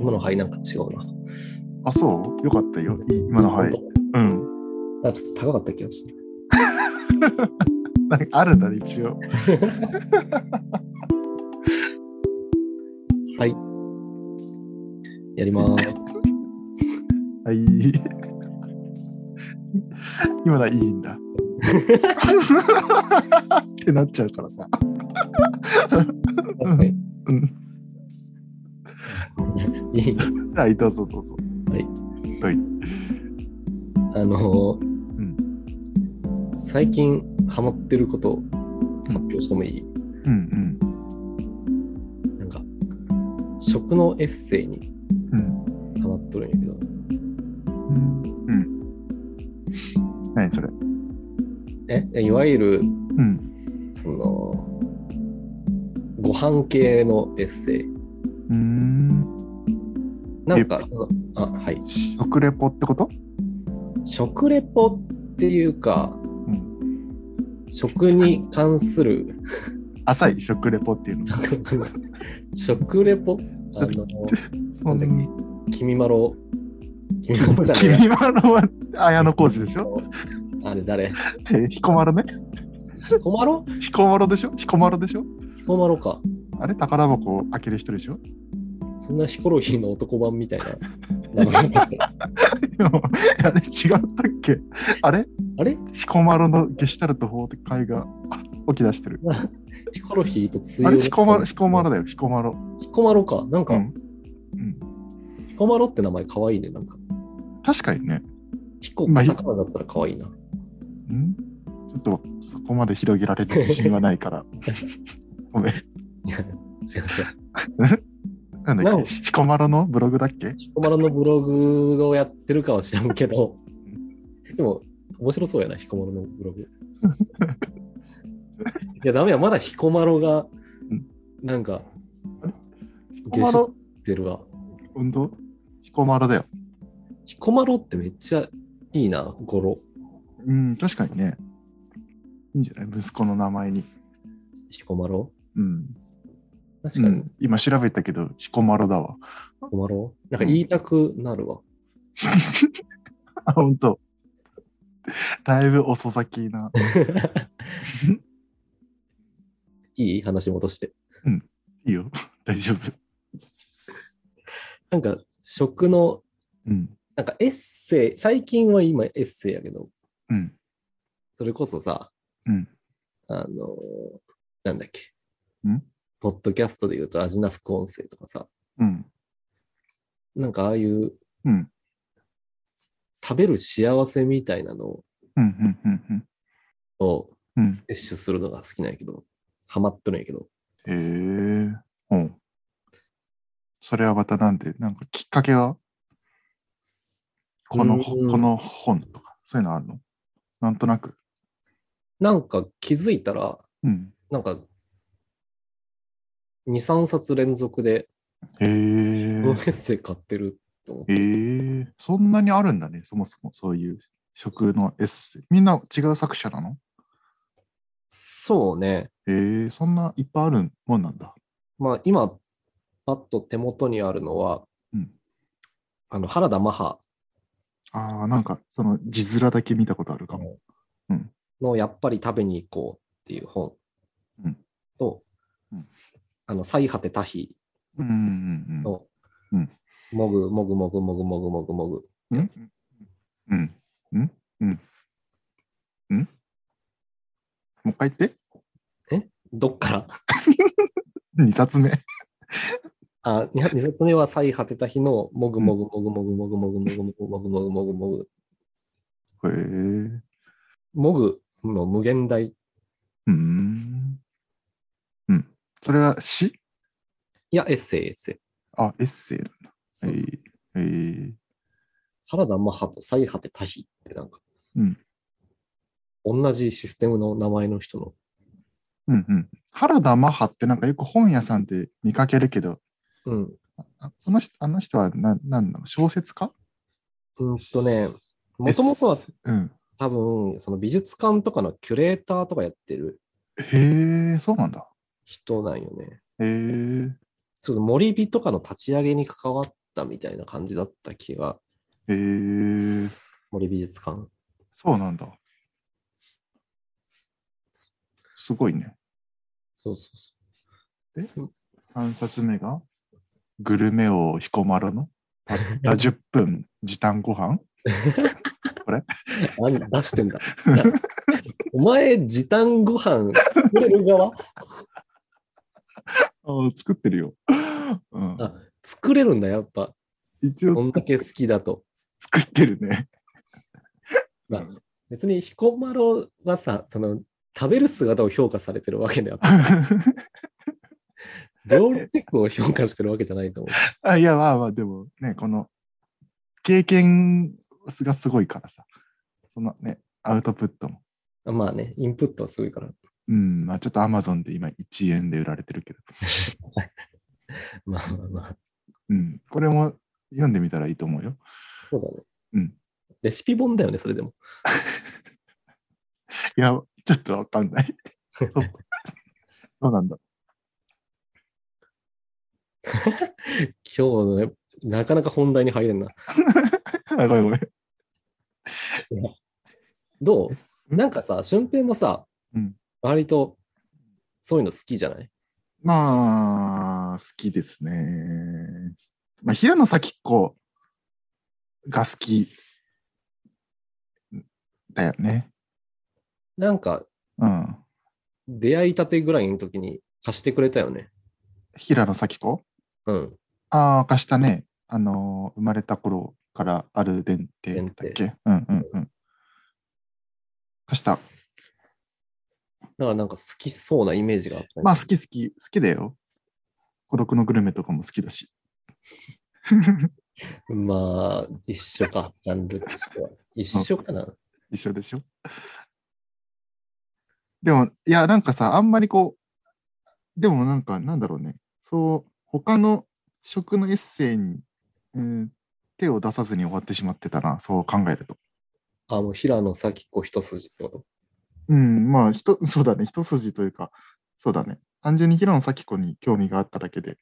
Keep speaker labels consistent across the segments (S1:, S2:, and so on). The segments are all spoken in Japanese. S1: 今の肺なんか違うな。
S2: あ、そうよかったよ。いい今のはい。うん。
S1: あちょっと高かった気がする。
S2: なんかあるんだね、一応。
S1: はい。やります。
S2: はい。 今のはいいんだ。ってなっちゃうからさ。
S1: 確かに。
S2: うん。
S1: いい
S2: はい、どうぞどうぞ。
S1: はい。
S2: はい。
S1: あのー
S2: うん
S1: 最近ハマってること発表してもいい、
S2: うん
S1: なんか、食のエッセイに
S2: うん。うん。
S1: ハマっとるんやけど、
S2: うん。何それ
S1: え、いわゆる、
S2: うん。
S1: その、ご飯系のエッセイ。
S2: うーん。
S1: なんか、あ、はい。
S2: 食レポってこと
S1: 食レポっていうか、
S2: うん。
S1: 食に関する、
S2: 浅い食レポっていうの。
S1: 食レポあの、
S2: そ
S1: なんだっけ君まろ、君まろじゃない
S2: 君まろは綾野浩二でしょ
S1: あれ誰
S2: えー彦摩呂ね。
S1: 彦まろ
S2: 彦摩呂でしょ彦摩呂でしょ
S1: 彦まろか。
S2: あれ宝箱を開ける人でしょ
S1: そんなヒコロヒーの男版みたいな。なん か
S2: あれ違ったっけあれ
S1: あれ
S2: 彦摩呂のゲシュタルト法って会があ起き出してる。
S1: ヒコロヒーとつ
S2: あれ彦摩呂彦摩呂だよ、彦摩呂。
S1: 彦まろか。なん
S2: う
S1: か、
S2: ん。うん
S1: 彦まろって名前可愛いね。なんか、
S2: 確かにね。
S1: 彦
S2: まあ
S1: カタカナだったら可愛いな。
S2: うんちょっとそこまで広げられる自信はな いから。ごめん。
S1: いや違う違う。
S2: なんだ
S1: な
S2: っ
S1: お
S2: け彦摩呂のブログだっけ
S1: 彦まろのブログをやってるかは知らんけど、でも、面白そうやな、彦まろのブロ グ。いや、ダメや、まだ彦まろが
S2: うん、
S1: なんか、
S2: 彦摩呂、
S1: 出るわ。
S2: 運動彦摩呂だよ。
S1: 彦まろってめっちゃいいな、語呂。
S2: うん、確かにね。いいんじゃない息子の名前に。
S1: 彦まろ
S2: うん。
S1: 確か
S2: う
S1: に、
S2: ん今調べたけど、彦摩呂だわ。
S1: 彦まろなんか言いたくなるわ。
S2: あ、本当。だいぶ遅咲きな。
S1: いい話戻して。
S2: いいよ。大丈夫。
S1: なんか、食の、
S2: うん。
S1: なんかエッセイ、最近は今エッセイやけど、
S2: うん。
S1: それこそさ、
S2: うん。
S1: あのーなんだっけ。
S2: ん
S1: ポッドキャストで言うと、アジナ副音声とかさ、
S2: うん。
S1: なんかああいう
S2: うん。
S1: 食べる幸せみたいなの
S2: うん。うん。うん。うん
S1: を
S2: うん。
S1: 摂取するのが好きなんやけど、ハマっとるんやけど、
S2: へえうん。それはまたなんで、なんかきっかけはこのほ、
S1: うん
S2: この本とか、そういうのあるのなんとなく。
S1: なんか気づいたら、
S2: うん。
S1: なんか、2、3冊連続で、
S2: へえ
S1: このエッセイ買ってると思って
S2: えー、そんなにあるんだね、そもそもそういう食のエッセイ。みんな違う作者なの
S1: そうね。
S2: えー、そんないっぱいあるもんなんだ。
S1: まあ、今、パッと手元にあるのは、
S2: うん
S1: あの原田マハ
S2: ああ、なんかその字面だけ見たことあるかも。
S1: の「やっぱり食べに行こう」っていう本
S2: うん
S1: と、
S2: うん
S1: あの最果てタヒ
S2: うんうんうん
S1: の
S2: うん
S1: 「もぐもぐもぐもぐもぐもぐもぐ」
S2: うん。
S1: やつ
S2: うん。うん。うん。うん。もう一回言って。
S1: どっから
S2: 2冊目。
S1: あ2冊目は最果てた日の「もぐもぐもぐもぐもぐもぐもぐもぐもぐもぐもぐもぐ
S2: へえ。」
S1: もぐの無限大
S2: うん。うん。それは詩
S1: いやエッセイエッセイ
S2: あ、エッセイなんだ。
S1: そうそう
S2: えーえー
S1: 原田マハと最果てタヒってなんか、
S2: うん
S1: 同じシステムの名前の人の
S2: うんうん。原田マハってなんかよく本屋さんで見かけるけど、
S1: うん。
S2: あその人あの人はななんなの小説家
S1: うんとね、もともとは、
S2: うん、
S1: 多分、その美術館とかのキュレーターとかやってる
S2: へえ、そうなんだ。
S1: 人なんよね。
S2: へえ。
S1: そうそう森火とかの立ち上げに関わっったみたいな感じだった気が、
S2: えー、
S1: 森美術館。
S2: そうなんだ。すごいね。
S1: そうそうそ
S2: 3冊目がグルメ王彦摩呂の たった10分時短ご飯
S1: う。あん出してんだ。いやお前、時短ご飯作れる側
S2: あー作ってるよ。うん、
S1: あ作れるんだ、やっぱ。
S2: 一
S1: そ
S2: 応
S1: ん
S2: 作
S1: だ
S2: っ
S1: け好きだと。
S2: 作ってるね。
S1: まあ別に彦摩呂はさ、その、食べる姿を評価されてるわけであって、料理テクを評価してるわけじゃないと思
S2: あいやまあまあでもねこの経験がすごいからさそのねアウトプットも
S1: う。まあね、インプットはすごいから。
S2: うんまあちょっとアマゾンで今1円で売られてるけど、
S1: まあまあまあ、
S2: うん、これも読んでみたらいいと思うよ
S1: そうだね。
S2: うん。
S1: レシピ本だよね、それでも。
S2: いやちょっとわかん ないそうそうなんだ
S1: 今日ね、なかなか本題に入れんな。
S2: あごめんごめん
S1: どうなんかさ、俊平もさ、
S2: うん
S1: 割とそういうの好きじゃない
S2: まあ好きですねまあ平野咲子が好きだよね
S1: なんか、
S2: うん
S1: 出会いたてぐらいの時に貸してくれたよね。
S2: 平野咲子
S1: うん。
S2: ああ、貸したね。あのー、生まれた頃からある電停だっ
S1: 電停
S2: けうんうんうん。貸した。
S1: だからなんか好きそうなイメージがあった、
S2: まあ、好き好き、好きだよ。孤独のグルメとかも好きだし。
S1: まあ、一緒か、ジャンルとしては。一緒かな。
S2: 一緒でしょ。でも、いや、なんかさ、あんまりこう、でもなんか、なんだろうね。そう、他の食のエッセイに、うん手を出さずに終わってしまってたな、そう考えると。
S1: あ、もう平野咲子一筋ってこと。
S2: うん、まあ、ひと そうだね、一筋というか、そうだね。単純に平野咲子に興味があっただけで、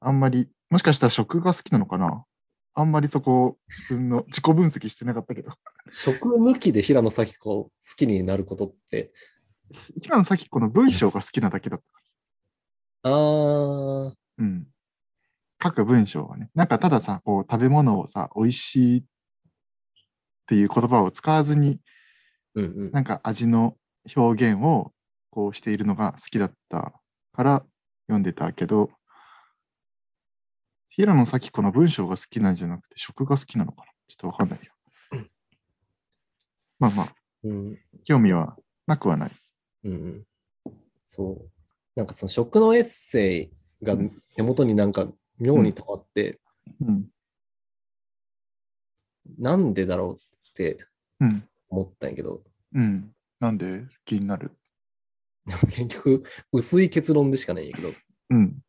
S2: あんまり、もしかしたら食が好きなのかなあんまりそこを自分の自己分析してなかったけど。
S1: 食抜きで平野咲子を好きになることって、
S2: 平野咲子の文章が好きなだけだったか
S1: あー、
S2: ら。うん。書く文章はね。なんかたださ、こう、食べ物をさ、美味しいっていう言葉を使わずに、
S1: うんうん。
S2: なんか味の表現をこうしているのが好きだったから読んでたけど、平野咲子の文章が好きなんじゃなくて食が好きなのかなちょっとわかんないよ。まあまあ、
S1: うん
S2: 興味はなくはない。
S1: うんうん、そう。なんかその食のエッセイが手元になんか妙に溜まって、
S2: うん。
S1: なんでだろうって
S2: うん。
S1: 思ったんやけど、
S2: うん。なんで気になる
S1: でも結局薄い結論でしかないんやけど、
S2: うん。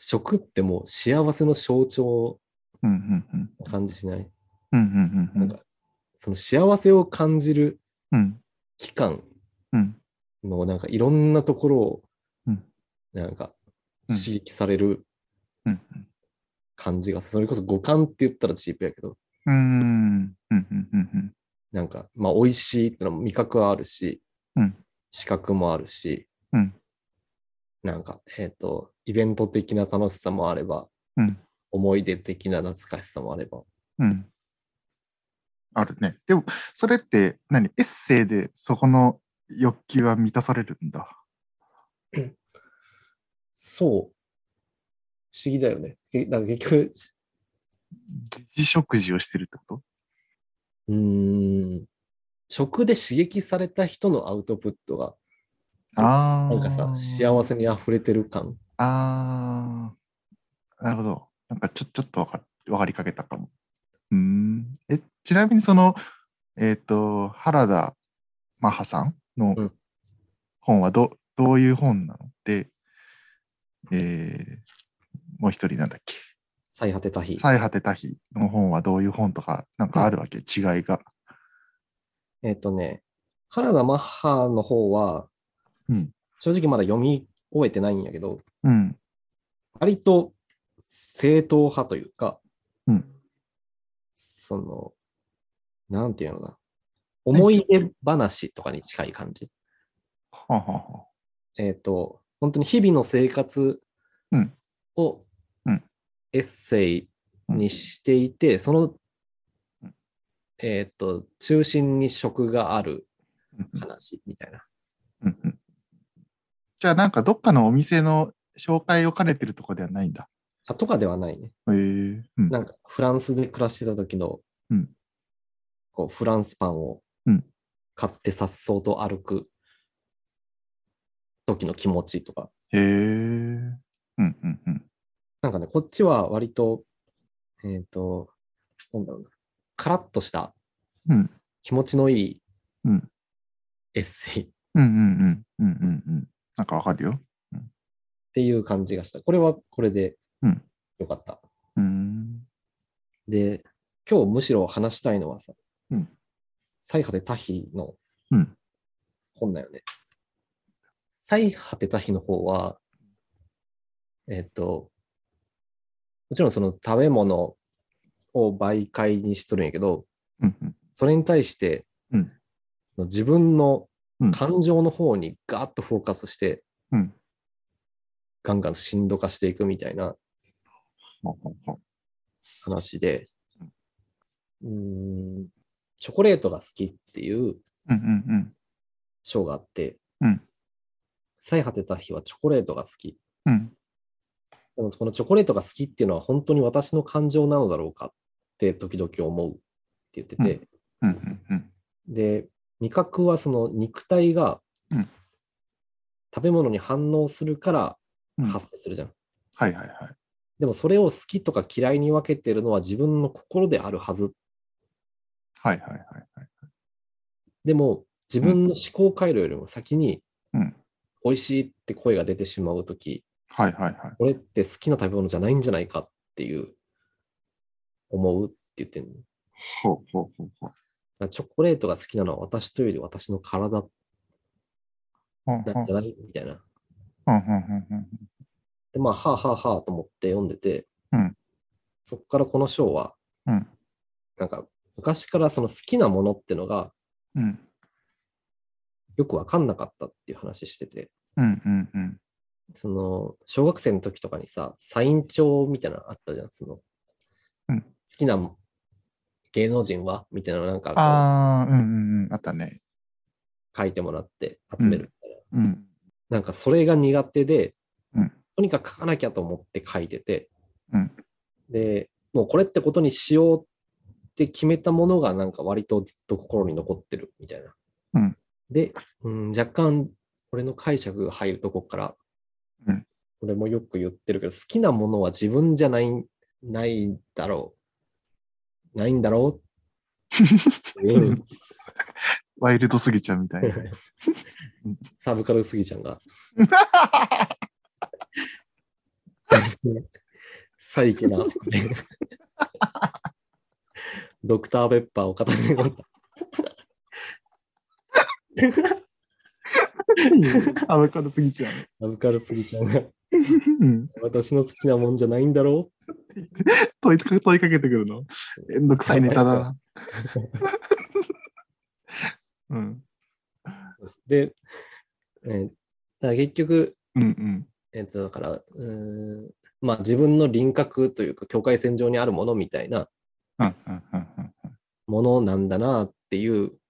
S1: 食ってもう幸せの象徴
S2: うん。うん。うん。
S1: な感じしない、
S2: うん。う
S1: なん
S2: ん。
S1: かその幸せを感じる
S2: うん。
S1: 期間
S2: うん。
S1: のなんかいろんなところを
S2: うん
S1: なんか
S2: うん
S1: 刺激される
S2: うん。
S1: 感じがする、それこそ五感って言ったらチープやけど、
S2: うん。うん。
S1: なんか、まあ、美味しいってのも味覚はあるし、
S2: うん
S1: 視覚もあるし、
S2: うん
S1: なんか、えっ、と、イベント的な楽しさもあれば、
S2: うん
S1: 思い出的な懐かしさもあれば、
S2: うん。あるね。でも、それって何、エッセイでそこの欲求は満たされるんだ。
S1: そう。不思議だよね。けだから結局、
S2: 自食事をしてるってこと
S1: うーん、食で刺激された人のアウトプットが、
S2: ああ。
S1: なんかさ、幸せに溢れてる感。
S2: ああ。なるほど。なんかちょ、ちょっとわかるわかりかけたかも。うーん。え、ちなみにその、えっ、と、原田マハさんの
S1: うん
S2: 本はど、どういう本なので、えー、もう一人なんだっけ
S1: 最果てた日。
S2: 最果てた日の本はどういう本とか、なんかあるわけ、違いが。
S1: えっ、とね、原田マッハの方は、
S2: うん
S1: 正直まだ読み終えてないんやけど、
S2: うん。
S1: 割と正統派というか、
S2: うん
S1: その、なんていうのかな。思い出話とかに近い感じ。
S2: はあ、はあはあ、
S1: えっ、と、本当に日々の生活
S2: うん
S1: を
S2: うん
S1: エッセイにしていて、その
S2: うん、
S1: えっ、と、中心に食がある
S2: うんうん
S1: 話みたいな。
S2: うんうんじゃあなんかどっかのお店の紹介を兼ねてるとかではないんだ。
S1: あとかではないね。
S2: へえうん
S1: なんかフランスで暮らしてた時の、
S2: うん
S1: こうフランスパンを
S2: うん
S1: 買って颯爽と歩く時の気持ちとか、
S2: へえうんうんうん
S1: なんかね、こっちは割と、えっ、と、なんだろうな、カラッとした
S2: うん
S1: 気持ちのいい
S2: うん
S1: エッセイっ
S2: うんうんうんうんうんうんなんかわかるよ。
S1: ていう感じがした。これはこれで
S2: うん
S1: よかった。
S2: うーん
S1: で、今日むしろ話したいのはさ、
S2: うん
S1: サイハテタヒの
S2: うん
S1: 本だよね。サイハテタヒの方は、えっと、もちろんその食べ物を媒介にしとるんやけど、
S2: うんうん
S1: それに対して、
S2: うん
S1: 自分の
S2: うん
S1: 感情の方にガーッとフォーカスして、
S2: うん
S1: ガンガンしんど化していくみたいな
S2: はあはあはあ
S1: 話で、うーん、チョコレートが好きっていう
S2: うんうんうん
S1: 章があって、
S2: うん
S1: サイハテタヒはチョコレートが好き。
S2: うん
S1: でも、このチョコレートが好きっていうのは本当に私の感情なのだろうかって時々思うって言ってて、
S2: うんうんうん
S1: で、味覚はその肉体が
S2: うん
S1: 食べ物に反応するから
S2: うん
S1: 発生するじゃん。
S2: はいはいはい。
S1: でもそれを好きとか嫌いに分けてるのは自分の心であるはず。
S2: はいはいはいはい。
S1: でも自分の思考回路よりも先に
S2: うん
S1: 美味しいって声が出てしまうとき、
S2: はいはいはい。
S1: これって好きな食べ物じゃないんじゃないかっていう思うって言ってるの。だか
S2: ほうほうほうほう。
S1: らチョコレートが好きなのは私というより私の体
S2: うんうん
S1: なんじゃないみたいな。
S2: うんうんうんうん
S1: で、まあ、はあはあはあと思って読んでて、
S2: うん
S1: そこからこの章は、
S2: うん
S1: なんか昔からその好きなものってのが
S2: うん
S1: よく分かんなかったっていう話してて、
S2: うんうんうん
S1: その小学生の時とかにさ、サイン帳みたいなのあったじゃん、その、
S2: うん
S1: 好きな芸能人はみたいなのなんか
S2: ああ、うんうんうん。あったね。
S1: こう書いてもらって集めるみたいな。
S2: うん。
S1: なんかそれが苦手で、
S2: うん
S1: とにかく書かなきゃと思って書いてて、
S2: うん
S1: で、もうこれってことにしようって決めたものがなんか割とずっと心に残ってるみたいな。
S2: うん
S1: で、うん、若干俺の解釈が入るとこから、
S2: うん
S1: 俺もよく言ってるけど、好きなものは自分じゃない、ないだろう。ないんだ ろうっていう
S2: ワイルドすぎちゃうみたいな。
S1: サブカルすぎちゃんが。最近な。ドクターペッパーを片手に持った。
S2: アボカドすぎちゃう。
S1: サブカルすぎちゃんが。
S2: うん
S1: 私の好きなもんじゃないんだろ
S2: 問いか問いかけてくるの。めんどくさいネタだな。うん。
S1: うで、えーだから結局、
S2: うんうん。
S1: えっと、だから、うーんまあ自分の輪郭というか境界線上にあるものみたいな
S2: うんうんうんうん
S1: ものなんだなっていう
S2: うん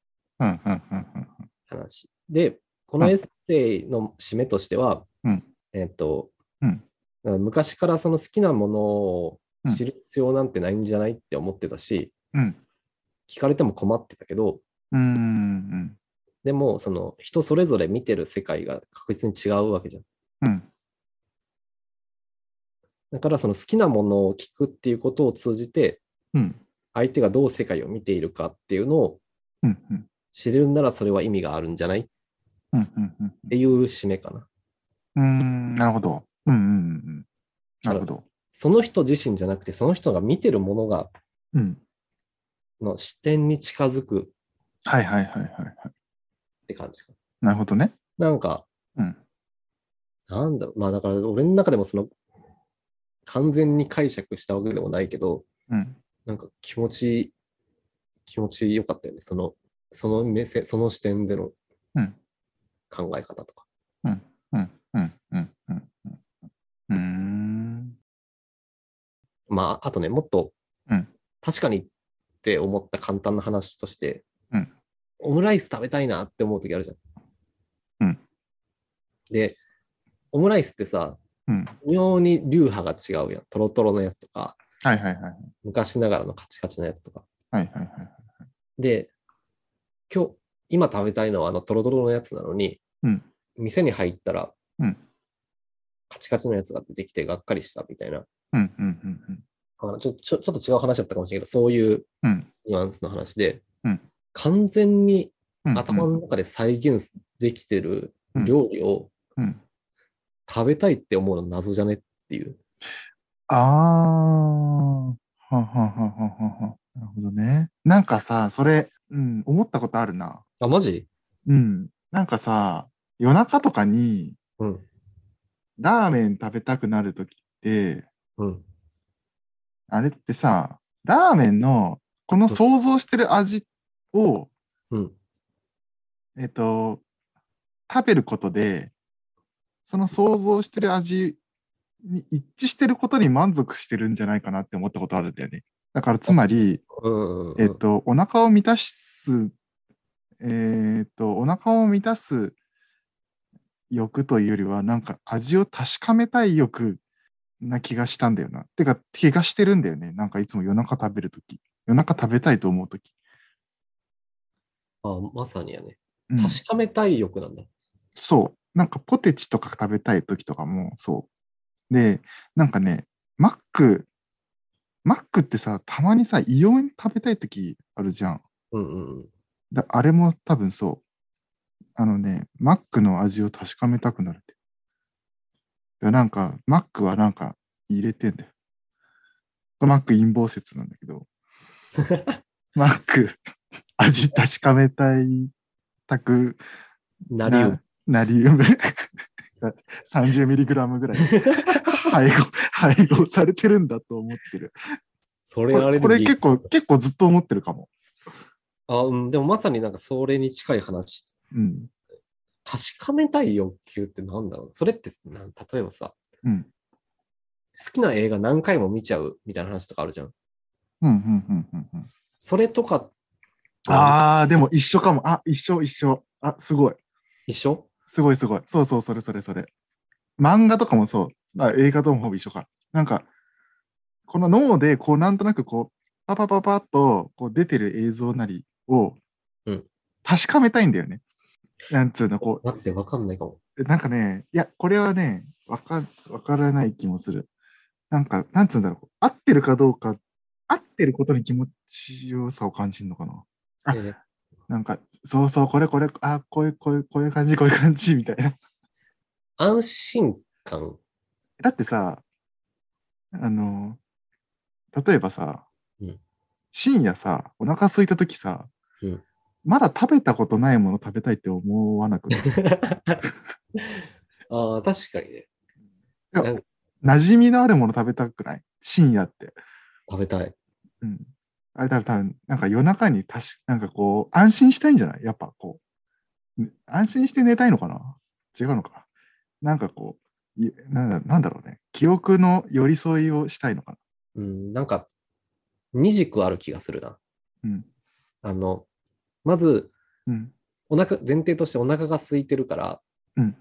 S2: うんうんうん
S1: 話。で、このエッセイの締めとしては、
S2: うん
S1: えっと、
S2: うん
S1: だから昔からその好きなものを知る必要なんてないんじゃないって思ってたし、
S2: うん
S1: 聞かれても困ってたけど、
S2: うんうん
S1: でも、その人それぞれ見てる世界が確実に違うわけじゃん。
S2: うん
S1: だから、その好きなものを聞くっていうことを通じて、
S2: うん
S1: 相手がどう世界を見ているかっていうのを
S2: うんうん
S1: 知れるならそれは意味があるんじゃないっ
S2: うんうんうん
S1: ていう締めかな。
S2: うんなるほど。うんうんうんうん。なるほど。
S1: その人自身じゃなくて、その人が見てるものが
S2: うん。
S1: の視点に近づくっ
S2: はいはいはいはいはい。
S1: て感じか。
S2: なるほどね。
S1: なんか、
S2: うん
S1: なんだろう、まあだから俺の中でもその完全に解釈したわけでもないけど、
S2: うん。
S1: なんか気持ち、気持ちよかったよね。その、その目線、その視点での
S2: うん
S1: 考え方とか。
S2: うん。うん。うん。うん。うん。うーん。
S1: まあ、あとね、もっと
S2: うん、
S1: 確かにって思った簡単な話として、
S2: うん
S1: オムライス食べたいなって思う時あるじゃん。
S2: うん
S1: で、オムライスってさ、
S2: うん。
S1: 微妙に流派が違うやん。トロトロのやつとか、
S2: はいはいはい。
S1: 昔ながらのカチカチのやつとか。
S2: はいはいはい。
S1: で、今日、今食べたいのはあのトロトロのやつなのに、
S2: うん
S1: 店に入ったら、
S2: うん
S1: カチカチのやつが出てきてがっかりしたみたいな。
S2: うん。うん。うん。うん。
S1: あのちょちょちょっと違う話だったかもしれないけど、そういう
S2: うん
S1: ニュアンスの話で、
S2: うん
S1: 完全に
S2: うん
S1: 頭の中で再現できてる
S2: うん
S1: 料理を
S2: うん
S1: 食べたいって思うの謎じゃねっていう。
S2: ああ、はあはあはあはあはあなるほどね。なんかさ、それ、うん、思ったことあるな。
S1: あ、マジ
S2: うん。なんかさ、夜中とかに
S1: うん。
S2: ラーメン食べたくなるときって、
S1: うん。
S2: あれってさ、ラーメンのこの想像してる味を、
S1: うん。
S2: えっと、食べることで、その想像してる味に一致してることに満足してるんじゃないかなって思ったことあるんだよね。だからつまり、
S1: うん。
S2: えっと、お腹を満たす、えーっと、お腹を満たす欲というよりは、なんか味を確かめたい欲な気がしたんだよな。てか、気がしてるんだよね。なんかいつも夜中食べるとき。夜中食べたいと思うとき。
S1: あ、まさにやね。
S2: うん
S1: 確かめたい欲なんだ。
S2: そう。なんかポテチとか食べたいときとかもそう。で、なんかね、マック、マックってさ、たまにさ、異様に食べたいときあるじゃん。
S1: うんうんうん。
S2: だあれも多分そう。あのね、マックの味を確かめたくなるって。でなんか、マックはなんか入れてんだよ。マック陰謀説なんだ けど、マック、味確かめたいたく
S1: なりう
S2: なナリ ウム。30mg ぐらい配合配合されてるんだと思ってる。
S1: そ
S2: こ
S1: れあれ
S2: れこれ結構、結構ずっと思ってるかも。
S1: あ、うん。でもまさになんかそれに近い話。
S2: うん。
S1: 確かめたい欲求ってなんだろうそれってなん、例えばさ、
S2: うん。
S1: 好きな映画何回も見ちゃうみたいな話とかあるじゃん。
S2: うん、うん、うん、うんうん。
S1: それとか、
S2: ああ、でも一緒かも。あ、一緒一緒。あ、すごい。
S1: 一緒
S2: すごいすごい。そうそう、それそれそれ。漫画とかもそう。あ映画ともほぼ一緒か。なんか、この脳で、こう、なんとなくこう、パパパパッとこう出てる映像なりを
S1: うん
S2: 確かめたいんだよね。なんつうの、こ
S1: 待って、わかんないかも。
S2: う、なんかね、いや、これはね、わかわからない気もする。なんか、なんつうんだろう。合ってるかどうか、合ってることに気持ちよさを感じるのかな。あ
S1: えー
S2: なんか、そうそう、これこれ、あ、こういう、こういう、こういう感じ、こういう感じ、みたいな。
S1: 安心感。
S2: だってさ、あの、例えばさ、
S1: うん
S2: 深夜さ、お腹空いた時さ、
S1: うん
S2: まだ食べたことないもの食べたいって思わ なくないい
S1: ああ、確かにね。
S2: や
S1: なんか
S2: 馴染みのあるもの食べたくない深夜って。
S1: 食べたい。
S2: うん。あれ多分、多分なんか夜中にたし、なんかこう、安心したいんじゃないやっぱこう、ね安心して寝たいのかな違うのかななんかこう、いなんだなんだろうね。記憶の寄り添いをしたいのか
S1: うん、なんか、二軸ある気がするな。
S2: なうん。
S1: あの、まず、
S2: うん。
S1: お腹、前提としてお腹が空いてるから、
S2: うん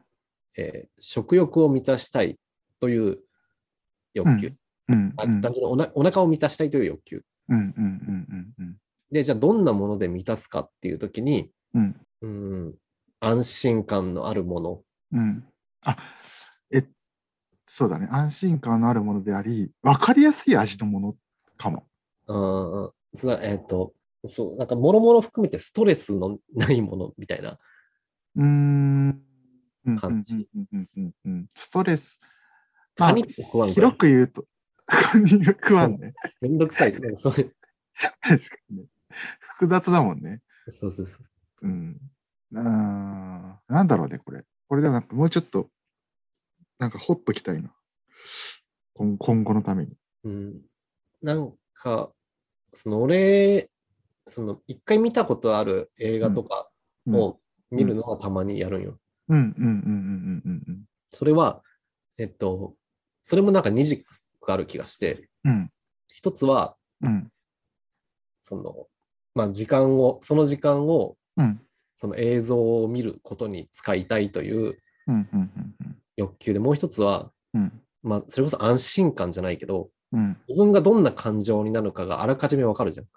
S1: えー食欲を満たしたいという欲求。
S2: うん。
S1: あ
S2: うん。
S1: 単純におなお腹を満たしたいという欲求。
S2: うん。うん。うん。うん。
S1: で、じゃあどんなもので満たすかっていうときに、
S2: うん。
S1: うん、安心感のあるもの。
S2: うん。あ、え、そうだね。安心感のあるものであり、わかりやすい味のものかも。
S1: あーそうだえっ、と、そう、なんか、もろもろ含めてストレスのないものみたいな。
S2: うーん。
S1: 感じ
S2: うんうんうんうんうんストレス。
S1: カニって食わんぐらい
S2: 広く言うと、カニは食わんね。
S1: めんどく さい。なんかそういう
S2: 確かにね。複雑だもんね。
S1: そうそうそう。
S2: うん。あーなんだろうね、これ。これでもなんかもうちょっと、なんか掘っときたいな。今今後のために。
S1: うん、なんか、その俺、その一回見たことある映画とかを見るのはたまにやるんよ。
S2: うんうんうんうんうんうん
S1: それは、えっと、それもなんか二軸ある気がして、
S2: うん
S1: 一つは、
S2: うん
S1: その、まあ時間を、その時間を
S2: うん
S1: その映像を見ることに使いたいという
S2: うんうんうん
S1: 欲求で、もう一つは、
S2: うん
S1: まあそれこそ安心感じゃないけど、
S2: うん
S1: 自分がどんな感情になるかがあらかじめわかるじゃん。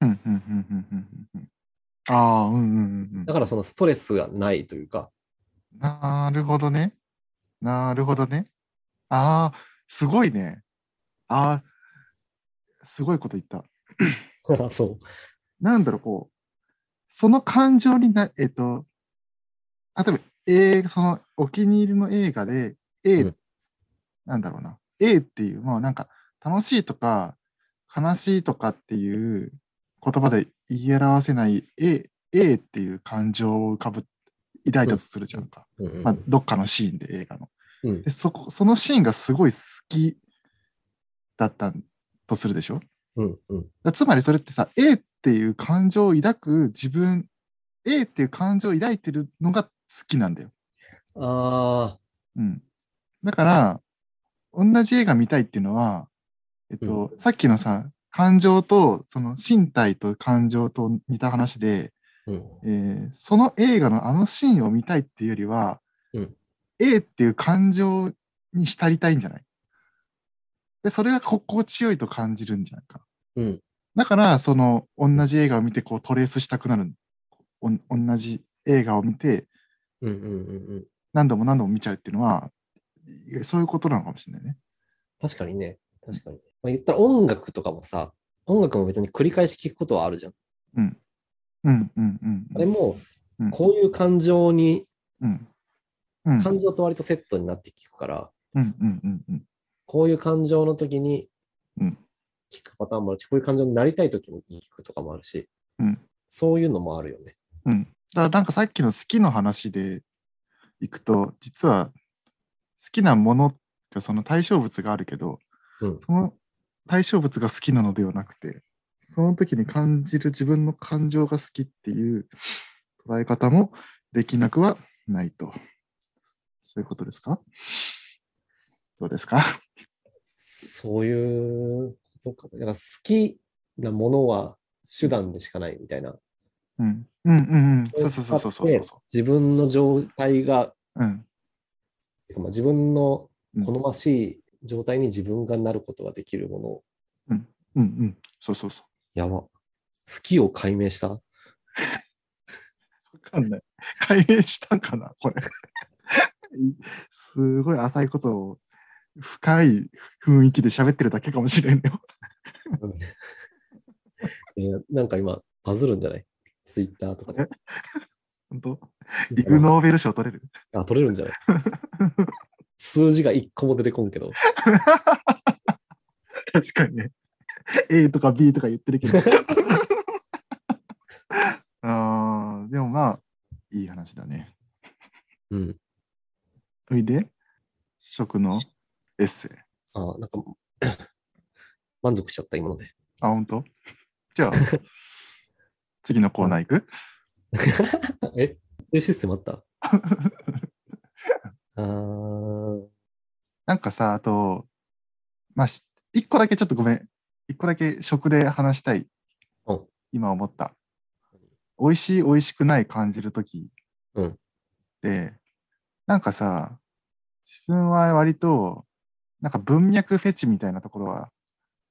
S2: うんうんうんうんうんうんうんああ、うんうんうんうん
S1: だ。からそのストレスがないという か、
S2: なるほどね。なるほどね。ああ、すごいね。ああ、すごいこと言った。
S1: そう。
S2: なんだろう、こう、その感情にな、えっと、例えば、映画、そのお気に入りの映画で、A、
S1: うん
S2: なんだろうな、A っていう、まあなんか、楽しいとか、悲しいとかっていう言葉で言い表せない A、A っていう感情を浮かぶ、抱いたとするじゃんか。
S1: うんうん
S2: まあ、どっかのシーンで映画の。
S1: うん
S2: でそこそのシーンがすごい好きだったとするでしょ
S1: うんうん
S2: だつまりそれってさ A っていう感情を抱く自分 A っていう感情を抱いてるのが好きなんだよ。
S1: ああ、
S2: うん、だから同じ映画見たいっていうのは、えっとさっきのさ感情とその身体と感情と似た話で、
S1: うん
S2: えーその映画のあのシーンを見たいっていうよりは、
S1: うん
S2: A っていう感情に浸りたいんじゃないでそれが心地よいと感じるんじゃないか。
S1: うん
S2: だからその同じ映画を見てこうトレースしたくなるおん同じ映画を見て
S1: うんうんうんうん。
S2: 何度も何度も見ちゃうっていうのはそういうことなのかもしれないね。
S1: 確かにね、確かに。まあ、言ったら音楽とかもさ、音楽も別に繰り返し聞くことはあるじゃん。
S2: うんうんうん
S1: あれも
S2: うん、
S1: こういう感情に、
S2: うんうん
S1: 感情と割とセットになって聞くから、
S2: うんうんうんうん
S1: こういう感情の時に
S2: うん
S1: 聞くパターンもあるし、こういう感情になりたい時も聞くとかもあるし、
S2: うん
S1: そういうのもあるよね。
S2: うん。だからなんかさっきの好きの話でいくと、実は好きなものがその対象物があるけど、
S1: うん
S2: その対象物が好きなのではなくて、その時に感じる自分の感情が好きっていう捉え方もできなくはないと。そういうことですかどうですか
S1: そういうことかな。だから好きなものは手段でしかないみたいな。
S2: うん。うんうんうん。そうそうそうそうそうそうそ
S1: 自分の状態が、
S2: う。うん。
S1: てかまあ自分の好ましい状態に自分がなることができるもの。
S2: うんうん。そうそうそう。
S1: やば。好きを解明した
S2: わかんない。解明したんかなこれ。いすごい浅いことを深い雰囲気で喋ってるだけかもしれんよ。
S1: えーなんか今、バズるんじゃないツイッターとか で。
S2: 本当イグ・ノーベル賞取れる
S1: あ、取れるんじゃない 数字が一個も出てこんけど。
S2: 確かにね。A とか B とか言ってるけど。 あーでもまあ、いい話だね。
S1: うん。
S2: おいで、食のエッセイ。
S1: あ、なんか、 満足しちゃった、今ので。
S2: あ、本当じゃあ、次のコーナー行く
S1: え、そういうシステムあ ったあー
S2: なんかさ、あと、まあ、し一個だけちょっとごめん。一個だけ食で話したい
S1: うん。
S2: 今思った。美味しい、美味しくない感じるとき
S1: うん
S2: で、なんかさ、自分は割と、なんか文脈フェチみたいなところは、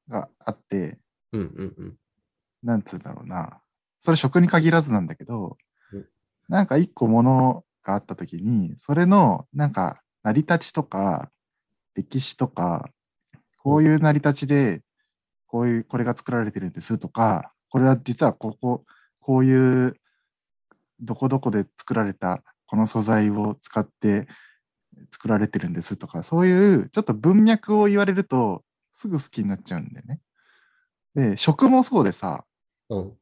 S2: があって、
S1: うんうんうん。
S2: なんつうんだろうな。それ食に限らずなんだけど
S1: うん、
S2: なんか一個ものがあった時に、それのなんか成り立ちとか、歴史とか、こういう成り立ちで、こういう、これが作られてるんですとか、これは実はここ、こういう、どこどこで作られた、この素材を使って作られてるんですとか、そういうちょっと文脈を言われると、すぐ好きになっちゃうんだよね。で、食もそうでさ、
S1: うん。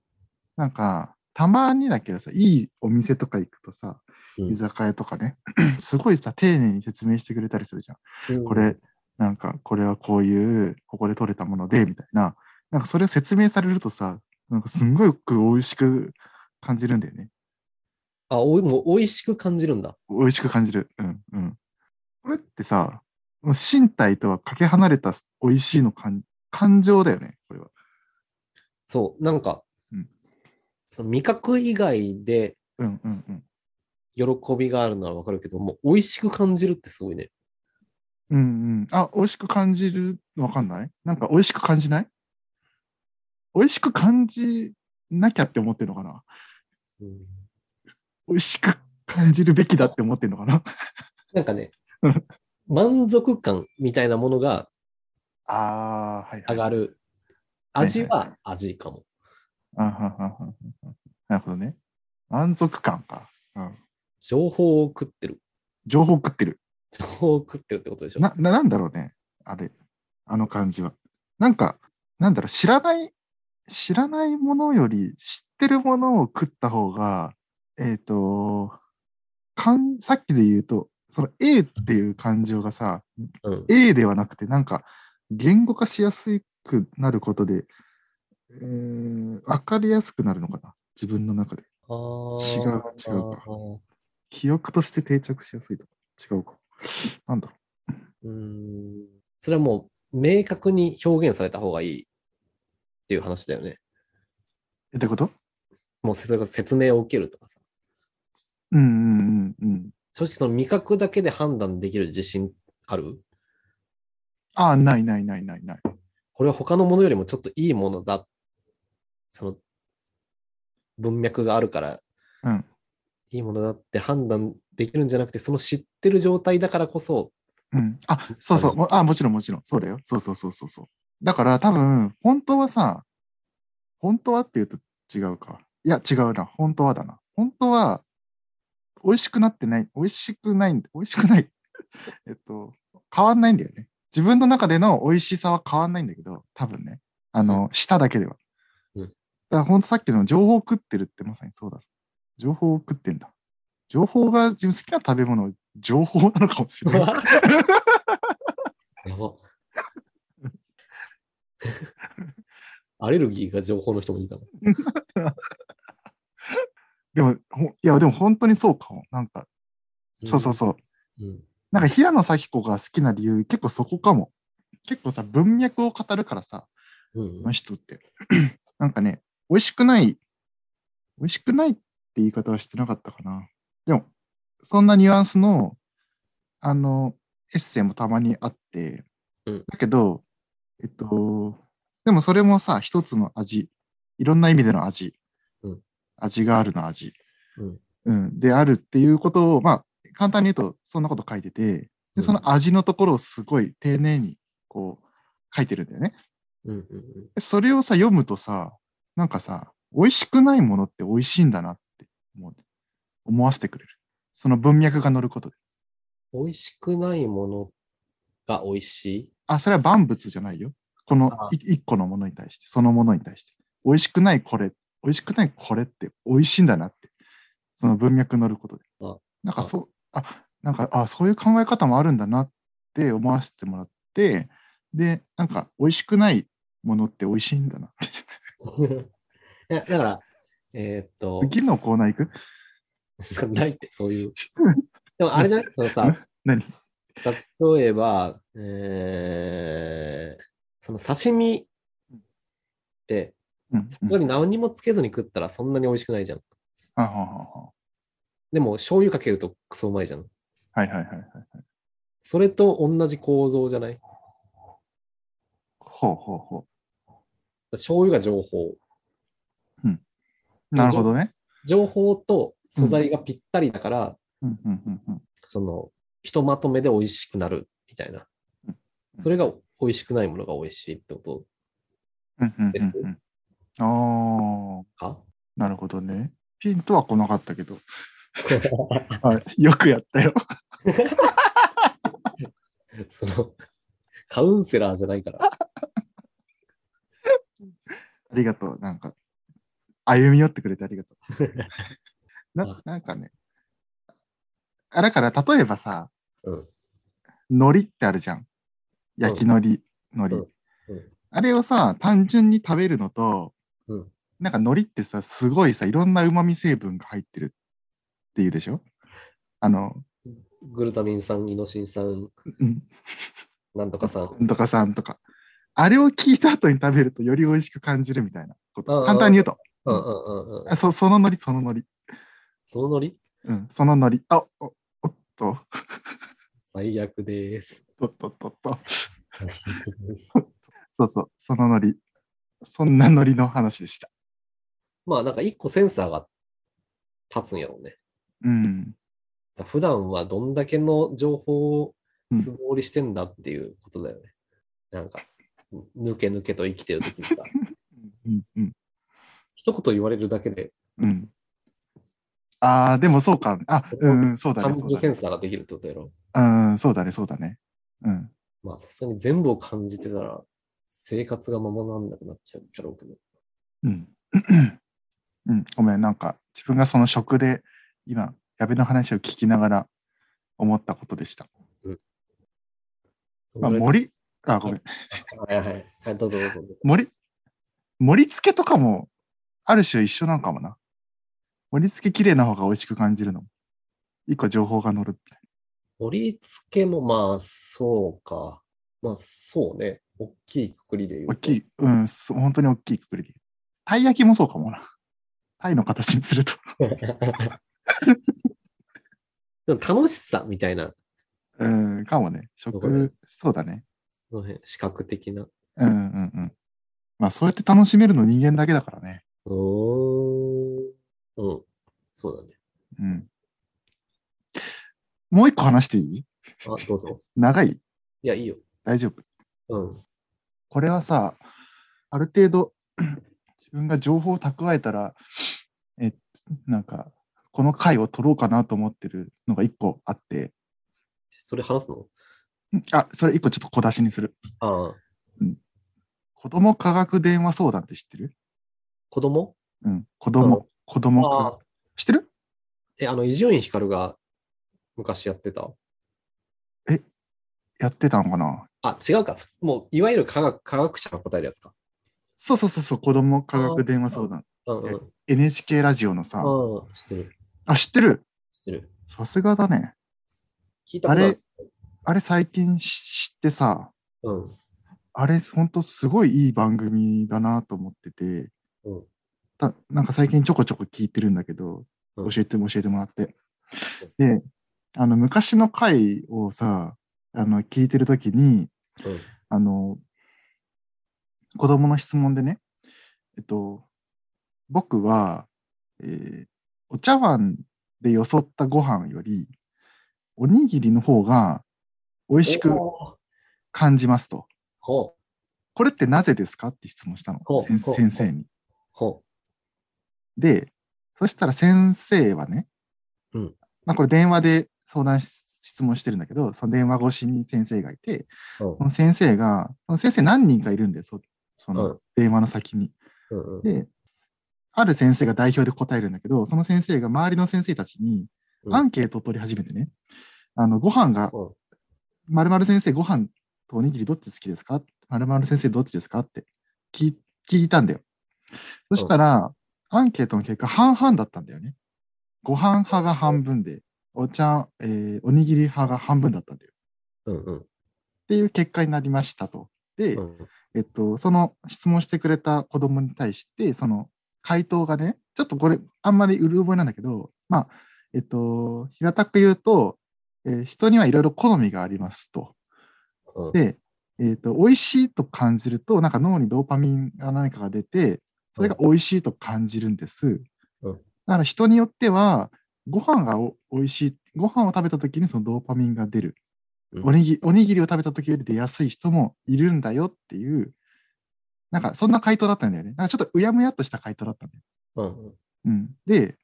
S2: なんか、たまにだけどさ、いいお店とか行くとさ、
S1: うん
S2: 居酒屋とかね、 すごいさ、丁寧に説明してくれたりするじゃん。
S1: うん
S2: これ、なんか、これはこういう、ここで取れたもので、みたいな。なんかそれを説明されるとさ、なんかすんごく美味しく感じるんだよね。
S1: あ、おい、もう美味しく感じるんだ。
S2: 美味しく感じる。うんうん。これってさ、もう身体とはかけ離れた美味しいの感感情だよね、これは。
S1: そう、なんか、
S2: うん
S1: その味覚以外で
S2: うんうんうん。
S1: 喜びがあるのはわかるけど、もう美味しく感じるってすごいね。
S2: うんうん。あ、美味しく感じるわかんないなんか美味しく感じない美味しく感じなきゃって思ってるのかな
S1: うん
S2: 美味しく感じるべきだって思ってるのかな
S1: なんか ね
S2: うん、
S1: 満足感みたいなものが
S2: あー、はい、はい。
S1: 上がる。
S2: はい
S1: 味は味かも。
S2: あははははなるほどね。満足感か。うん、
S1: 情報を食ってる。
S2: 情報食ってる。
S1: 情報を食ってるってことでしょ。
S2: な、ななんだろうね。あれ。あの感じは。なんか、なんだろう、知らない、知らないものより知ってるものを食った方が、えっ、とかん、さっきで言うと、その A っていう感情がさ、
S1: うん、
S2: A ではなくて、なんか、言語化しやすくなることで、えー、わかりやすくなるのかな。自分の中で。
S1: あ
S2: 違
S1: ー
S2: う違うか記憶として定着しやすいとか。違うか。なんだろ
S1: うん。それはもう明確に表現された方がいいっていう話だよね。
S2: う。えってこと
S1: もうそれが説明を受けるとかさ。
S2: うんうんうんうん。
S1: 正直その味覚だけで判断できる自信ある
S2: ああ、ないないないないない。
S1: これは他のものよりもちょっといいものだ。その文脈があるから
S2: うん。
S1: いいものだって判断できるんじゃなくて、その知ってる状態だからこ そ、
S2: うん。あ、そうそう。もあもちろんもちろん。そうだよ。そうそうそうそうそう。だから多分、本当はさ、本当はっていうと違うか。いや、違うな。本当はだな。本当は、美味しくなってない。美味しくないんだ。美味しくない。 えっと、変わんないんだよね。自分の中での美味しさは変わんないんだけど、多分ね。あの、舌だけでは。
S1: うん
S2: だから本当さっきの情報を食ってるってまさにそうだ。情報を食ってんだ。情報が自分好きな食べ物、情報なのかもしれない。
S1: やば。アレルギーが情報の人もいいかも。
S2: でも、ほんいや、でも本当にそうかも。なんか、そうそうそう。
S1: うん。うん。
S2: なんか、平野咲子が好きな理由、結構そこかも。結構さ、文脈を語るからさ、
S1: うん
S2: あの人って。 なんかね、美味しくない、美味しくないって言い方はしてなかったかな。でも、そんなニュアンスの、あの、エッセイもたまにあって、
S1: うん
S2: だけど、えっと、でもそれもさ、一つの味、いろんな意味での味、
S1: うん
S2: 味があるの味、
S1: うん
S2: うんであるっていうことを、まあ、簡単に言うと、そんなこと書いてて、でその味のところをすごい丁寧にこう書いてるんだよね。
S1: うんうんうん
S2: それをさ、読むとさ、なんかさ、美味しくないものって美味しいんだなって思う思わせてくれる。その文脈が乗ることで。
S1: 美味しくないものが美味しい。
S2: あ、それは万物じゃないよ。この
S1: あ
S2: い一個のものに対して、そのものに対して。美味しくないこれ、美味しくないこれって美味しいんだなって。その文脈乗ることで
S1: あ。
S2: なんかそう、あ、なんか、あ、そういう考え方もあるんだなって思わせてもらって、で、なんか、美味しくないものって美味しいんだな。
S1: いやだから、えーっと、
S2: 次のコーナー行く
S1: ないって、そう いう。でもあれじゃないそのさ、
S2: 何
S1: 例えば、えー、その刺身って、
S2: うん
S1: 普通に何もつけずに食ったらそんなに美味しくないじゃん。
S2: ははは
S1: でも醤油かけるとクソうまいじゃん。
S2: はいはいはいはい。
S1: それと同じ構造じゃない
S2: ほうほうほ
S1: 醤油が情報。
S2: う。なるほどね。
S1: 情報と素材がぴったりだから、
S2: うんうんうんうん。
S1: その、ひとまとめで美味しくなるみたいな
S2: うん。
S1: それが美味しくないものが美味しいってこと
S2: うんうん
S1: です
S2: うんうん。あ
S1: か
S2: あ、なるほどね。ピンとは来なかったけど。はい、よくやったよ。
S1: その、カウンセラーじゃないから。
S2: ありがとう。なんか、歩み寄ってくれてありがと う。ななんかね。あだから、例えばさ、
S1: うん
S2: 海苔ってあるじゃん。焼き海苔、海苔。
S1: うんうん
S2: あれをさ、単純に食べるのと、
S1: うん
S2: なんか海苔ってさ、すごいさ、いろんな旨味成分が入ってるっていうでしょあの、
S1: グルタミン酸、イノシン酸、
S2: うん、
S1: なんとか酸。
S2: とかさんとか。あれを聞いた後に食べるとより美味しく感じるみたいなこ
S1: うんうんう
S2: と。
S1: ん
S2: 簡単に言うと。
S1: うんうんうんうん。
S2: あそその海苔、その海苔。
S1: そのノリ
S2: うん、その海苔。あ、お、おっと、
S1: 最悪です。
S2: おっとっとっと。
S1: 最悪です
S2: そうそう、その海苔。そんな海苔の話でした。
S1: まあなんか一個センサーが立つんやろうね。
S2: うん。
S1: だから普段はどんだけの情報を
S2: うん
S1: 素通りしてんだっていうことだよね。なんか、ぬけぬけと生きてる時 にさ、
S2: うん、うん、
S1: 一言言われるだけで
S2: うん。ああ、でもそうか。あ、うん、うんそうだ
S1: 感
S2: ね、
S1: じ
S2: そう
S1: る
S2: だ
S1: セ
S2: ね。
S1: ンサーができるってことやろ。
S2: うん、そうだね、そうだね。うん。
S1: まあさすがに全部を感じてたら生活がままなんなくなっちゃうだろうけど。
S2: うん、うん、ごめん、なんか自分がその食で今、矢部の話を聞きながら思ったことでした。まあ、森、あ、ごめん、
S1: はいはいはい。どうぞどうぞどうぞ。
S2: 森、盛り付けとかも、ある種一緒なのかもな。盛り付け綺麗な方が美味しく感じるのも。一個情報が乗るみたい
S1: 盛り付けもまあそうか。まあそうね。大きいくくりで言う
S2: な。
S1: と。
S2: 大きい、うん、そう本当に大きいくくりで。たい焼きもそうかもな。たいの形にすると。
S1: でも楽しさみたいな、
S2: うん、かもね。
S1: わかる
S2: 食、そうだね。
S1: その辺、視覚的な。
S2: うんうんうん。まあそうやって楽しめるの人間だけだからね。
S1: うーん。うん。そうだね。
S2: うん。もう一個話していい
S1: あ、どうぞ。
S2: 長い
S1: いや、いいよ。
S2: 大丈夫
S1: うん。
S2: これはさ、ある程度 自分が情報を蓄えたら、え、なんか、この回を取ろうかなと思ってるのが一個あって、
S1: それ話すの
S2: うんあ、それ一個ちょっと小出しにする。
S1: ああ、
S2: 子供科学電話相談って知ってる
S1: 子供
S2: うん。子供、
S1: うん
S2: 子供科
S1: ああ
S2: 学。知ってる
S1: え、あの、伊集院光が昔やってた。
S2: やってたのかな
S1: あ、違うか。ふもう、いわゆる科学科学者が答えるやつか。
S2: そうそうそうそう、子供科学電話相談。
S1: うんうん。
S2: NHK ラジオのさ、
S1: ああ、知ってる。
S2: あ、知ってる
S1: 知ってる。
S2: さすがだね。
S1: 聞いたこ
S2: あ
S1: とあ
S2: れ
S1: る。、
S2: あれ最近知ってさ、
S1: うん。
S2: あれほんとすごいいい番組だなと思ってて、
S1: うん
S2: たなんか最近ちょこちょこ聞いてるんだけど、
S1: うん
S2: 教えても教えてもらって。で、あの昔の回をさ、あの聞いてるときに、
S1: うん。
S2: あの、子供の質問でね、えっと、僕は、えーお茶碗でよそったご飯より、おにぎりの方が美味しく
S1: おー
S2: 感じますと。
S1: ほう。
S2: これってなぜですかって質問したの
S1: ほう、
S2: 先
S1: ほう
S2: 先生に。
S1: ほ
S2: で、そしたら先生はね、
S1: うん
S2: まあこれ電話で相談し質問してるんだけど、その電話越しに先生がいて、
S1: う。うん
S2: こ。の先生が、その先生何人かいるんだよ、そ
S1: う
S2: そ
S1: ん
S2: の電話の先に。
S1: うんうん。
S2: で、ある先生が代表で答えるんだけど、その先生が周りの先生たちに
S1: うん
S2: アンケートを取り始めてね、あのご飯が
S1: うん、
S2: まる先生、ご飯とおにぎりどっち好きですかまる先生、どっちですかって聞い聞いたんだよ。そしたら、アンケートの結果、半々だったんだよね。ご飯派が半分で、お茶、えーおにぎり派が半分だったんだよ。
S1: うんうん
S2: っていう結果になりましたと。で、
S1: うん。
S2: えっと、その質問してくれた子供に対して、その回答がね、ちょっとこれ、あんまりうる覚えなんだけど、まあ、えっと、平たく言うと、えー人にはいろいろ好みがありますと。
S1: うん
S2: で、えっと、美味しいと感じると、なんか脳にドーパミンが何かが出て、それが美味しいと感じるんです。
S1: うん
S2: だから人によっては、ご飯がお美味しい、ご飯を食べた時にそのドーパミンが出る。
S1: うん
S2: おにぎおにぎりを食べた時より出やすい人もいるんだよっていう、なんかそんな回答だったんだよね。なんかちょっとうやむやっとした回答だったんだよ。
S1: うん
S2: うん、で、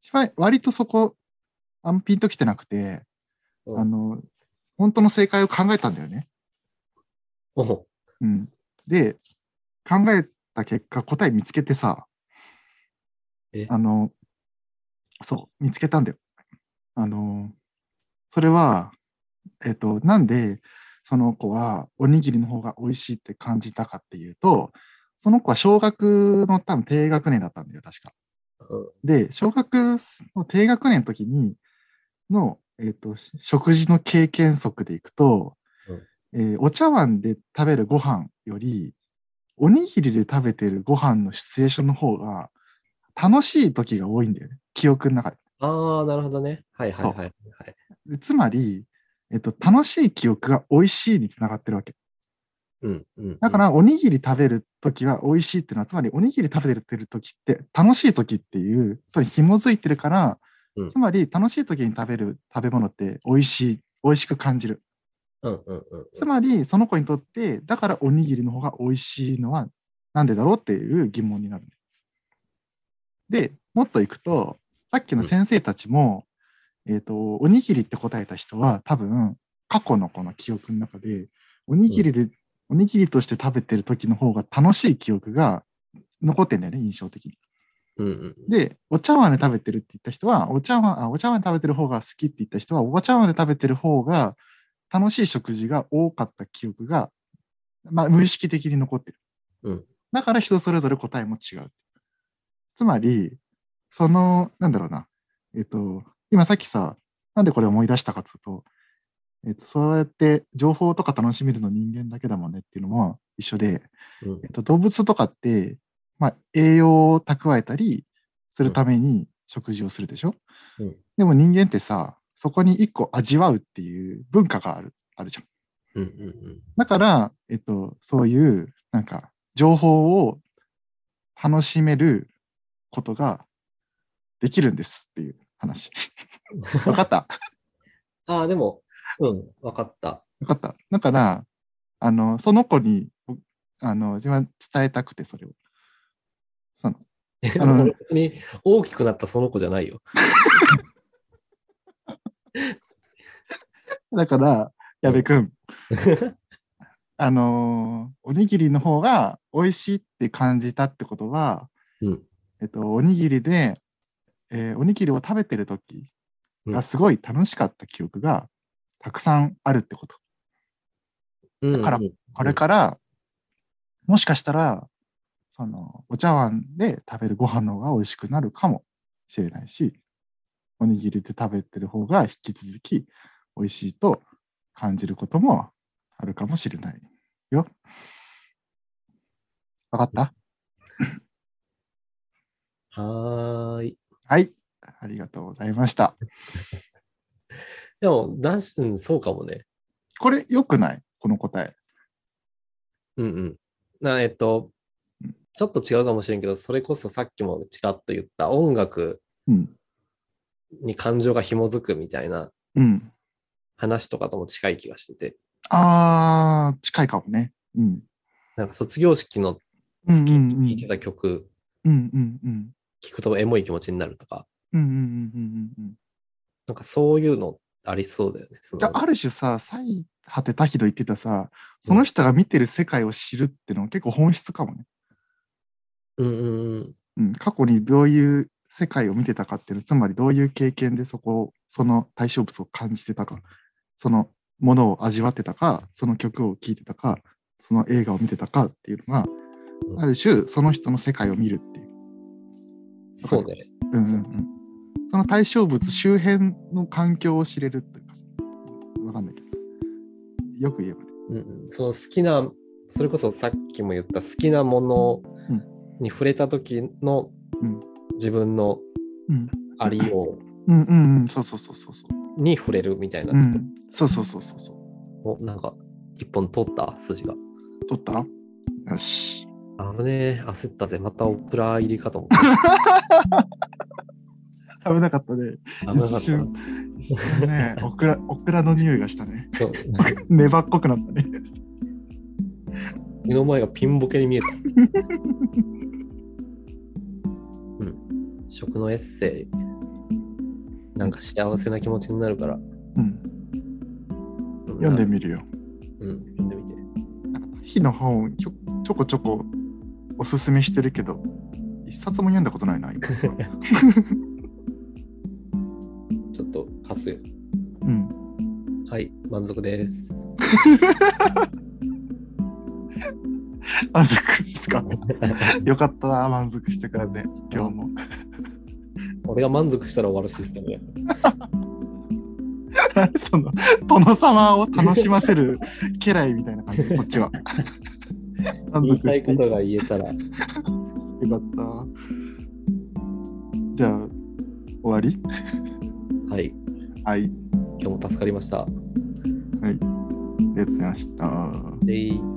S2: 一番割とそこ、あんまピンときてなくて、
S1: うん
S2: あの、本当の正解を考えたんだよね。
S1: お
S2: うん、で考えた結果答え見つけてさ
S1: え
S2: あのそう見つけたんだよあのそれはえっとなんでその子はおにぎりの方が美味しいって感じたかっていうと、その子は小学の多分低学年だったんだよ、確か。
S1: うん
S2: で、小学の低学年の時にの、えっとし食事の経験則でいくと、えーお茶碗で食べるご飯より、おにぎりで食べてるご飯のシチュエーションの方が楽しい時が多いんだよね、記憶の中で。
S1: ああ、なるほどね。はいはいはいはい。
S2: でつまり、えっと、楽しい記憶が美味しいにつながってるわけ。
S1: うんうん。
S2: だから、おにぎり食べるときは美味しいっていうのは、つまり、おにぎり食べてるときって、楽しいときっていうことに紐づいてるから
S1: うん、
S2: つまり、楽しいときに食べる食べ物って美味しい、美味しく感じる。
S1: うんうんうん。
S2: つまり、その子にとって、だからおにぎりの方が美味しいのはなんでだろうっていう疑問になる。で、もっといくと、さっきの先生たちも、えっ、と、おにぎりって答えた人は、多分、過去のこの記憶の中で、おにぎりで、おにぎりとして食べてる時の方が楽しい記憶が残ってんだよね、印象的に。
S1: うんうん。
S2: で、お茶碗で食べてるって言った人は、お茶碗、あお茶碗で食べてる方が好きって言った人は、お茶碗で食べてる方が楽しい食事が多かった記憶が、まあ、無意識的に残ってる。
S1: うん
S2: だから人それぞれ答えも違う。つまり、その、なんだろうな、えっと、今さっきさ、なんでこれ思い出したかというと、えっと、そうやって情報とか楽しめるの人間だけだもんねっていうのも一緒で、
S1: うん
S2: えっと、動物とかって、まあ、栄養を蓄えたりするために食事をするでしょ、
S1: うん
S2: でも人間ってさそこに一個味わうっていう文化があるあるじゃん
S1: うんうん
S2: だから、えっと、そういうなんか情報を楽しめることができるんですっていう 話
S1: うん。
S2: わかった
S1: ああ、でも、うん、わかった。
S2: わかっただからあのその子に僕あの自分は伝えたくてそれをその あの
S1: 俺別に大きくなったその子じゃないよ。
S2: だから矢部君あのーおにぎりの方が美味しいって感じたってことは、
S1: うん。
S2: えっと、おにぎりで、えーおにぎりを食べてる時
S1: う
S2: が
S1: ん
S2: すごい楽しかった記憶がたくさんあるってこと。
S1: うん
S2: だから
S1: うん
S2: これから、もしかしたら、その、お茶碗で食べるご飯の方が美味しくなるかもしれないし、おにぎりで食べてる方が引き続き美味しいと感じることもあるかもしれないよ。わかった
S1: はーい。
S2: はい。ありがとうございました。
S1: でも、男子、うん、そうかもね。
S2: これ良くないこの答え。
S1: うんうん。な、えっと
S2: うん、
S1: ちょっと違うかもしれんけど、それこそさっきもちらっと言った音楽
S2: うん。
S1: に感情が紐づくみたいな
S2: うん。
S1: 話とかとも近い気がしてて、
S2: あー、近いかもね。うん。
S1: なんか卒業式の
S2: うん
S1: 付
S2: う
S1: 近
S2: ん
S1: に聴いてた曲、
S2: うん。うんうんうん。
S1: 聴くとエモい気持ちになるとか、
S2: うんうんうんうんうん。
S1: なんかそういうのありそうだよね。そ
S2: じゃ
S1: の
S2: あある種さ、最果てたひど言ってたさ、その人が見てる世界を知るってのは結構本質かもね。
S1: うんうんうん。
S2: うん、過去にどういう世界を見てたかっていうの、つまりどういう経験でそこを、その対象物を感じてたか、そのものを味わってたか、その曲を聴いてたか、その映画を見てたかっていうのが
S1: う、ん
S2: ある種その人の世界を見るっていう。
S1: そうね。
S2: うんうん
S1: そう
S2: うん、その対象物周辺の環境を知れるっていうか、わかんないけど、よく言えばね。
S1: うんうん、その好きな、それこそさっきも言った好きなも
S2: う
S1: のに触れた時の
S2: うん
S1: 自分の
S2: うん
S1: ありよ
S2: うんうんうん、そうそうそうそうそう。
S1: うに触れるみたいな
S2: う。ん、そうそうそうそうそう。
S1: おなんか、一本通った筋が。
S2: 取ったよし。
S1: あのね、焦ったぜ。またオプラ入りかと思っ
S2: 危なかったね。
S1: た。
S2: 一瞬、一瞬 ね、オクラ、オクラの匂いがしたね。
S1: 危なかったそう
S2: 粘っこくなったね。
S1: 目の前がピンボケに見え た。うん。食のエッセイ。なんか幸せな気持ちになるから。
S2: うん、読んでみるよ。
S1: うん、読んでみて。
S2: なんか火の本をちょちょこちょこおすすめしてるけど、一冊も読んだことないな、 今。
S1: ちょっと貸すよ。
S2: うん。
S1: はい、満足です。
S2: 満足ですかよかったな、満足してからで、今日も。
S1: 俺が満足したら終わるシステムだよ。
S2: その、殿様を楽しませる家来みたいな感じ、こっち は。満
S1: 言
S2: 足
S1: いた
S2: し
S1: い
S2: て
S1: こ
S2: よか
S1: とが言えたら、
S2: った。じゃあ、終わり
S1: はい、
S2: はい、
S1: 今日も助かりました。
S2: ありがとうございました。
S1: でい